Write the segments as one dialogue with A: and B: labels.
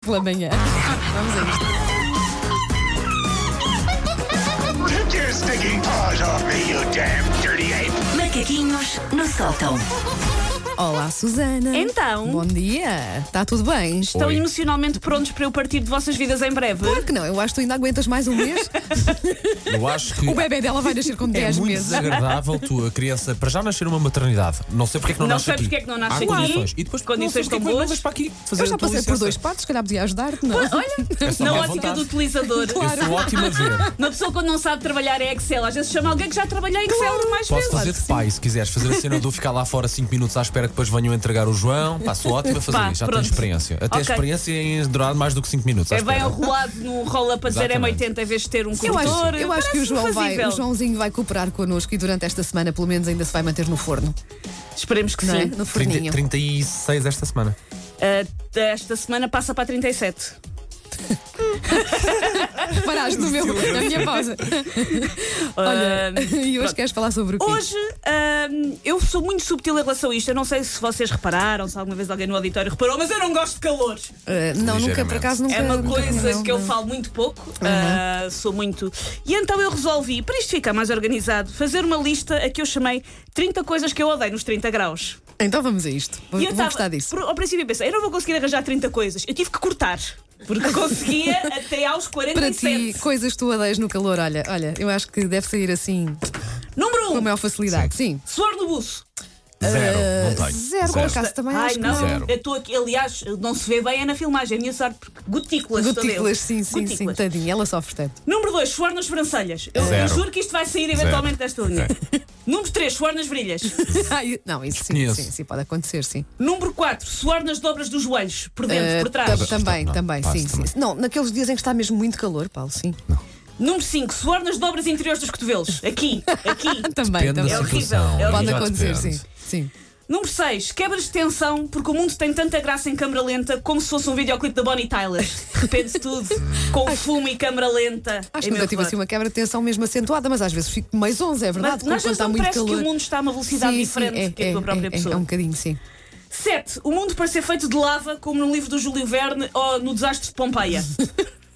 A: pela manhã. Vamos a isto.
B: Take your stinking paws off me, you damn dirty ape!
C: Macaquinhos no sótão.
A: Olá, Susana.
D: Então?
A: Bom dia. Está tudo bem?
D: Estão emocionalmente prontos para eu partir de vossas vidas em breve?
A: Claro que não. Eu acho que tu ainda aguentas mais um mês.
E: Eu acho que
A: o bebê dela vai nascer com
E: é
A: 10
E: muito
A: meses.
E: desagradável tu, a criança, para já nascer numa maternidade. Não sei porque é que não,
D: Não
E: nasce
D: sabes
E: aqui.
D: porque é que não nasce
E: Há
D: aqui.
E: condições. E depois
D: Condições
E: não sei porque
D: tão
E: é que não
D: boas.
E: mandas para aqui fazer
A: Eu já
E: a tua
A: passei por
E: licença.
A: dois patos, se calhar podia ajudar-te, não?
E: É só
D: Na
E: má
D: ótica
E: vontade.
D: do utilizador.
E: Eu sou ótimo a ver.
D: Uma pessoa quando não sabe trabalhar é Excel. Às vezes chama alguém que já trabalhou em Excel mais
E: Posso
D: vezes.
E: fazer de pai, se quiseres fazer a cena do ficar lá fora 5 minutos à espera que depois venham entregar o João. Pá, sou ótimo a fazer
D: Pá,
E: isso. Já
D: pronto.
E: tenho experiência. Até
D: Ok.
E: experiência em durar mais do que 5 minutos. à
D: É bem
E: espera.
D: enrolado num roll-up a dizer
E: Exatamente.
D: M80 em vez de ter um
A: Eu acho,
D: corretor.
A: eu acho que o João vai,
D: Parece-me
A: o
D: fazível.
A: Joãozinho vai cooperar connosco e durante esta semana, pelo menos, ainda se vai manter no forno.
D: Esperemos que
A: Não é?
D: sim.
A: No forninho.
E: 30, 36 esta semana.
D: Ah, esta semana passa para 37.
A: Paraste no meu, na minha pausa. Olha,
D: Ah,
A: e hoje
D: pronto.
A: queres falar sobre o quê?
D: Hoje, hum, eu sou muito subtil em relação a isto. Eu não sei se vocês repararam, se alguma vez alguém no auditório reparou, mas eu não gosto de calor.
A: Ah, não, nunca,
E: Ligeiramente.
A: por acaso, nunca.
D: É uma
A: nunca-
D: coisa
A: não, Uhum.
D: que eu
A: não.
D: falo muito pouco, ah, sou muito. E então eu resolvi, para isto ficar mais organizado, fazer uma lista a que eu chamei 30 coisas que eu odeio nos 30 graus.
A: Então vamos a isto. Vou,
D: e
A: vou
D: eu tava-
A: gostar disso.
D: por- ao princípio eu pensei, eu não vou conseguir arranjar 30 coisas. Eu tive que cortar, porque conseguia até aos
A: Para
D: 47.
A: ti, coisas que tu odeias no calor, olha, olha, eu acho que deve sair assim
D: Número 1,
A: com a
D: um,
A: maior facilidade. Sim.
D: suor no buço. Eh,
E: Zero.
A: Ah,
E: não tenho.
A: Zero, por acaso também
D: Ai,
A: acho
D: não.
A: que
E: Zero.
D: Eu estou aqui, aliás, não se vê bem é na filmagem, é a minha sorte, porque gotículas toda eu.
A: Gotículas, sim, sim, sim.
D: Gotículas.
A: Tadinha, ela sofre tanto.
D: Número 2, suor nas sobrancelhas. Eu,
E: Zero.
D: eu juro que isto vai sair eventualmente desta unha. Número 3, suor nas virilhas.
A: Ai, não, isso sim,
E: Desconheço.
A: sim, sim, pode acontecer, sim.
D: Número 4, suor nas dobras dos joelhos, por dentro,
A: Ah,
D: por trás.
A: tam- Também,
E: Não,
A: também,
E: passo
A: sim, sim.
E: também. Hum.
A: Não, naqueles dias em que está mesmo muito calor, Paulo, sim.
D: Número 5, suor nas dobras interiores dos cotovelos. Aqui, aqui.
A: Também,
E: Depende da
A: também.
D: horrível,
E: situação.
D: é horrível.
A: Pode
E: Já
A: acontecer,
E: depende.
A: sim. Sim.
D: Número 6, quebras de tensão, porque o mundo tem tanta graça em câmara lenta como se fosse um videoclipe da Bonnie Tyler. Depende tudo, com fumo e câmara lenta.
A: Acho
D: É
A: que nunca
D: meu
A: tive assim
D: horror.
A: uma quebra de tensão mesmo acentuada, mas às vezes fico meio 11, é
D: Mas,
A: verdade,
D: mas às
A: quando
D: vezes
A: está
D: não
A: muito
D: parece que
A: calor.
D: o mundo está a uma velocidade
A: Sim, sim,
D: diferente
A: é,
D: que a tua
A: é,
D: própria
A: é,
D: pessoa.
A: É um bocadinho, sim.
D: 7. O mundo parece ser feito de lava, como no livro do Júlio Verne ou no desastre de Pompeia.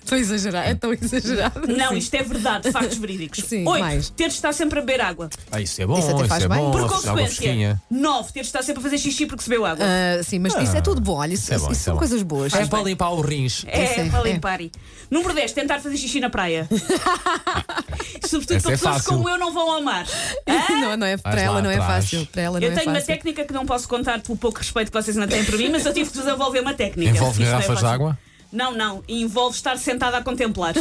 A: Estou a exagerar, é
D: Hum.
A: tão exagerado.
D: Não,
A: Sim.
D: isto é verdade, factos verídicos.
A: Sim, mais.
D: Oito, ter de estar sempre a beber água.
E: Ah, isso é bom,
A: Isso até
E: isso,
A: faz
E: é
A: bem.
E: bom.
D: Por
E: água
D: consequência,
E: fresquinha.
D: nove, ter de estar sempre a fazer xixi porque se bebeu água.
A: Ah, sim, mas isso é tudo bom, olha, isso,
E: é bom,
A: isso
E: isso é
A: são
E: bom.
A: coisas boas.
E: É para limpar o rins.
A: sim,
D: É,
A: é.
D: para limpar. e Número 10, tentar fazer xixi na praia. Sobretudo
E: Essa
D: para
E: é
D: pessoas
E: fácil.
D: como eu não vão amar.
A: não, não é, para
E: Vais lá
A: ela não é
E: atrás.
A: fácil. Para ela não
D: Eu
A: é
D: tenho uma
A: fácil.
D: técnica que não posso contar pelo pouco respeito que vocês ainda têm por mim, mas eu tive que desenvolver uma técnica.
E: Envolve
D: Isto não é
E: garrafas de
D: fácil.
E: água?
D: Não, não. Envolve estar sentada a contemplar.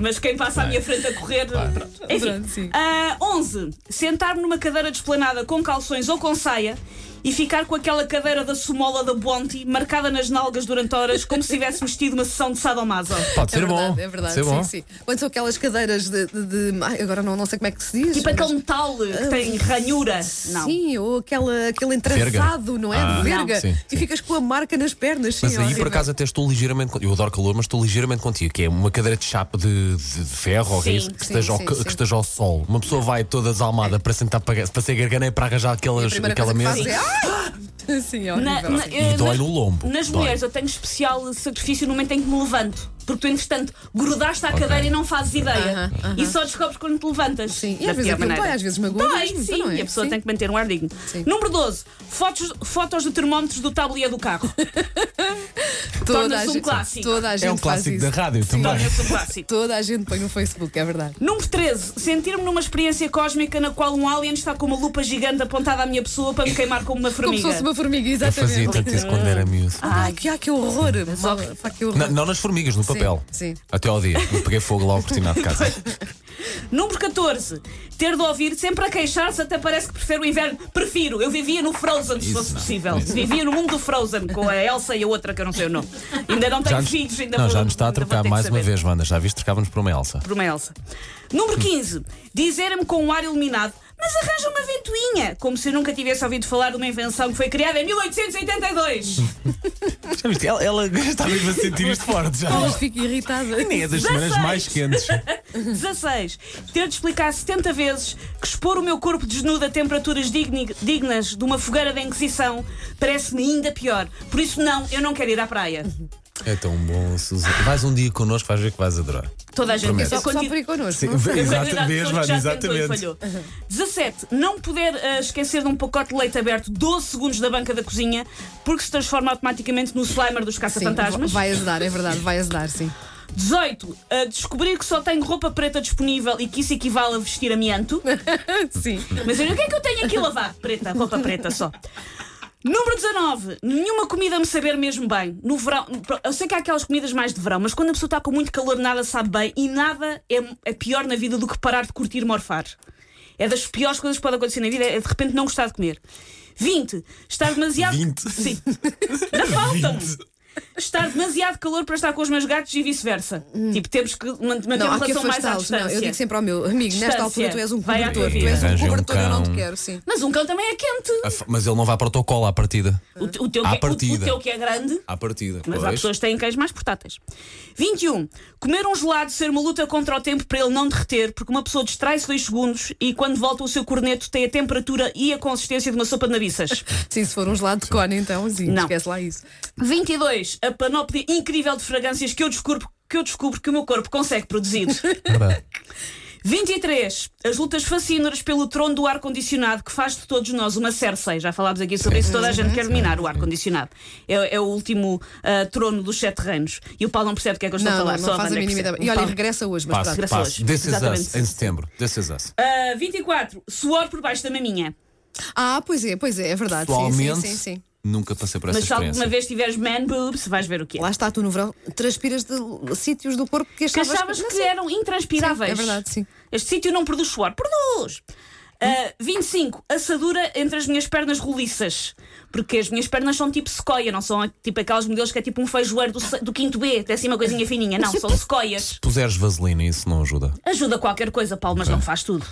D: Mas quem passa à minha frente a correr. pronto.
A: Pronto, sim.
D: Enfim. Ah, 11. Sentar-me numa cadeira desplanada com calções ou com saia e ficar com aquela cadeira da sumola da Bonte marcada nas nalgas durante horas, como se tivesse vestido uma sessão de sadomaso.
E: Pode
A: É verdade,
E: ser bom.
A: é verdade,
E: Ser
A: sim,
E: bom.
A: sim. Quando são aquelas cadeiras de. de- de- ai, agora não, não sei como é que se diz.
D: Tipo aquele metal que tem ranhura. Não.
A: Ah, Sim, ou aquela, aquele entrançado, não é?
E: Ah,
A: de verga.
E: não. Sim,
A: e
E: sim.
A: ficas com a marca nas pernas, sim.
E: Mas aí
A: horrível.
E: por acaso até estou ligeiramente con- Eu adoro calor, mas estou ligeiramente contigo Que é uma cadeira de chapa de, de- de ferro ou que, é
D: Sim,
E: isso, que,
A: sim,
E: esteja ao,
A: sim,
E: ca-
A: sim.
E: que esteja ao sol Uma pessoa vai toda desalmada para sentar para, para ser garganeia Para arranjar
A: A
E: aquelas,
A: primeira
E: aquela
A: coisa
E: mesa
A: que fazes é, "Ai!" Sim, é
D: Na-
A: horrível.
D: na-
E: E
D: eh,
E: assim, dói
D: nas-
E: no lombo
D: Nas
E: Dói.
D: mulheres eu tenho especial sacrifício no momento em que me levanto. Porque tu, entretanto, grudaste à cadeira e não fazes ideia.
A: Aham, aham.
D: E só descobres quando te levantas.
A: Sim, e
D: Da
A: às vezes
D: pior
A: aquilo
D: maneira.
A: dói, às vezes magoa
D: Dói,
A: mesmo,
D: sim,
A: então não é?
D: e a pessoa
A: Sim.
D: tem que manter um ar digno.
A: Sim.
D: Número 12. Fotos, fotos de termómetros do tabuleiro do carro.
A: Toda a
D: torna-se um
A: gente-
D: clássico.
A: Toda a gente
E: É um
A: faz
E: clássico
A: isso.
E: da rádio também
D: Torna-se um clássico.
A: Toda a gente põe no Facebook, é verdade.
D: Número 13. Sentir-me numa experiência cósmica na qual um alien está com uma lupa gigante apontada à minha pessoa para me queimar como uma
A: Como se
D: formiga.
A: fosse uma formiga,
E: Eu
A: exatamente.
E: fazia tanto isso quando era miúdo
A: Ai, que, ai, que horror! Mal- pá, que horror.
E: não, não nas formigas, no papel
A: sim.
E: Até ao dia, eu peguei fogo lá ao cortinado de casa
D: Número 14. Ter de ouvir sempre a queixar-se, até parece que prefere o inverno. Prefiro. Eu vivia no Frozen, se
E: Isso
D: fosse
E: não,
D: possível.
E: isso
D: Vivia no mundo do Frozen, com a Elsa e a outra que eu não sei o nome. Ainda não tenho
E: nos-
D: filhos, ainda
E: não,
D: vou,
E: já nos está a
D: ainda vou
E: trocar
D: ter que
E: mais uma
D: saber.
E: vez, Wanda Já viste, trocávamos por uma Elsa
D: Por uma Elsa. Número 15. Dizer-me com um ar iluminado, mas arranja uma ventoinha. Como se eu nunca tivesse ouvido falar de uma invenção que foi criada em 1882.
E: Já viste, ela, ela está mesmo a sentir isto forte já.
A: Mas fico irritada.
E: Nem é das semanas mais quentes
D: 16. Ter de explicar 70 vezes que expor o meu corpo desnudo a temperaturas digni- dignas de uma fogueira da Inquisição parece-me ainda pior. Por isso, não, eu não quero ir à praia.
E: É tão bom, Suzana. Vais um dia connosco, vais ver que vais adorar.
D: Toda a gente.
E: Prometo.
D: Eu
A: Só, só
D: continuo-
A: por ir connosco.
E: Sim,
A: não?
E: vê-
D: A quantidade de
E: exatamente,
D: pessoas que
E: Vani,
D: já tentou e
E: exatamente.
D: falhou. 17. Não poder ah, esquecer de um pacote de leite aberto 12 segundos da banca da cozinha porque se transforma automaticamente no slimer dos
A: Sim,
D: caça-fantasmas.
A: vai ajudar, é verdade, vai ajudar, sim.
D: 18. ah, descobrir que só tenho roupa preta disponível e que isso equivale a vestir amianto.
A: Sim.
D: Mas olha, o que é que eu tenho aqui a lavar? Preta, roupa preta só. Número 19. Nenhuma comida me saber mesmo bem. No verão, eu sei que há aquelas comidas mais de verão, mas quando a pessoa está com muito calor, nada sabe bem e nada é, é pior na vida do que parar de curtir morfar. É das piores coisas que pode acontecer na vida, é de repente não gostar de comer. 20. Estar demasiado.
E: 20?
D: Sim. Ainda faltam! Estar demasiado calor para estar com os meus gatos e vice-versa. Tipo, temos que man- manter
A: Hum. Não,
D: uma
A: há que
D: relação mais à
A: afastá-los. Não,
D: distância.
A: eu digo sempre ao meu amigo, nesta
D: Distância.
A: altura tu és um
D: Vai à
A: cobertor,
D: tua
A: tu és
E: vida.
A: um
E: Arranja um
A: cobertor, eu não te
E: cão.
A: quero, sim.
D: Mas um cão também é quente.
E: A fa- Mas ele não vai para o protocolo à partida.
D: O, te- o teu
E: À
D: que, é- o- o,
E: partida.
D: teu que é grande.
E: À partida.
D: Mas há
E: pois.
D: pessoas que têm cães mais portáteis. 21. Comer um gelado ser uma luta contra o tempo para ele não derreter, porque uma pessoa distrai-se dois segundos e quando volta o seu corneto tem a temperatura e a consistência de uma sopa de nabiças.
A: Sim, se for um gelado de cone, então, sim,
D: Não.
A: esquece lá isso.
D: 22. A panóplia incrível de fragrâncias que eu descubro que, eu descubro que o meu corpo consegue produzir.
E: Verdade.
D: 23. As lutas fascínoras pelo trono do ar-condicionado que faz de todos nós uma Cersei. Já falámos aqui sobre isso, toda a gente quer dominar o ar-condicionado. É, é o último ah, trono dos sete reinos. E o Paulo não percebe o que é que eu estou
A: Não,
D: a
A: não,
D: falar. só
A: não faz a
D: Wanda
A: mínima
D: percebe.
A: ideia.
D: O
A: E olha,
D: Paulo-
A: regrassa hoje, mas
E: Passo,
A: pronto.
D: Graças
E: passo.
D: hoje.
E: This is us,
D: Exatamente.
E: em setembro. This is us.
D: Ah, 24. Suor por baixo da maminha.
A: Ah, pois é, pois é, é verdade. Sim, sim,
E: Pessoalmente,
A: sim, sim.
E: nunca passei por essa
D: Mas se
E: experiência.
D: alguma vez tiveres man boobs, vais ver o que é.
A: Lá está, tu no verão transpiras de sítios do corpo que
D: Que
A: achavas,
D: achavas
A: Não
D: que
A: sei.
D: eram intranspiráveis.
A: Sim, é verdade, sim.
D: Este sítio não produz suor. Produz! Ah, 25. Assadura entre as minhas pernas roliças. Porque as minhas pernas são tipo sequoia, não são tipo aquelas modelos que é tipo um feijoeiro do, se- do quinto B, tem assim uma coisinha fininha. Não, são sequoias.
E: Puseres vaselina, isso não ajuda.
D: Ajuda qualquer coisa, Paulo, mas não faz tudo.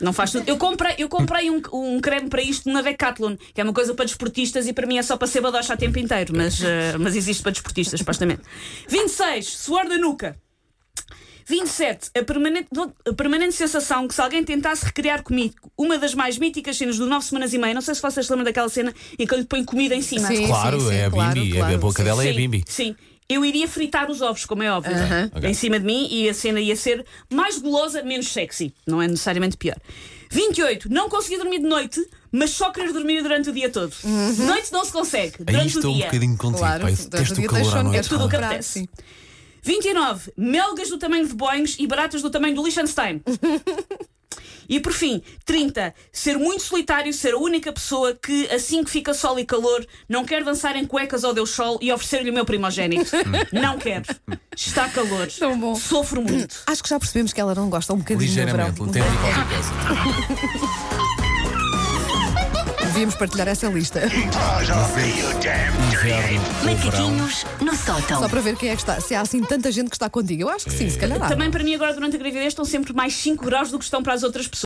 D: Não faz tudo. Eu comprei, eu comprei um, um creme para isto na Decathlon, que é uma coisa para desportistas e para mim é só para ser badocha a tempo inteiro, mas, eh, mas existe para desportistas, supostamente. 26. Suor da nuca. 27. A permanente, do- a permanente sensação que se alguém tentasse recriar comigo uma das mais míticas cenas do 9 semanas e meia, não sei se vocês se lembram daquela cena em que eu lhe ponho comida em cima.
A: Sim,
E: claro,
A: sim,
E: é a
A: claro,
E: Bimbi.
A: claro,
E: a boca
A: sim.
E: dela é a
D: Sim,
E: Bimbi.
D: Sim. Eu iria fritar os ovos, como é óbvio,
A: Aham.
E: Ok.
D: em cima de mim e a cena ia ser mais gulosa, menos sexy. Não é necessariamente pior. 28. Não consegui dormir de noite, mas só querer dormir durante o dia todo. De noite não se consegue,
E: Aí
D: durante
E: estou
D: o
E: um
D: dia.
E: bocadinho contigo.
A: Claro,
E: Pai,
A: durante o
E: detesto o
A: dia
E: calor à
A: deixam-
E: noite.
A: é tudo o que
E: pá.
D: Prato,
A: apetece.
D: sim. 29. Melgas do tamanho de boings e baratas do tamanho do Liechtenstein. E por fim, 30. Ser muito solitário, ser a única pessoa que, assim que fica sol e calor, não quer dançar em cuecas ao Deus Sol e oferecer-lhe o meu primogénito. não quero. Está calor.
A: Tão bom.
D: Sofro muito.
A: Acho que já percebemos que ela não gosta um bocadinho do verão.
E: Ligeiramente, tem ali qualquer coisa.
A: Devíamos partilhar essa lista.
B: Paws off me, you damn dirty
D: é
B: ape!
E: Inverno ou verão.
C: Macaquinhos no sótão.
A: Só para ver quem é que está. Se há assim tanta gente que está contigo. Eu acho que sim, se calhar há.
D: Também para mim, agora durante a gravidez, estão sempre mais 5 graus do que estão para as outras pessoas.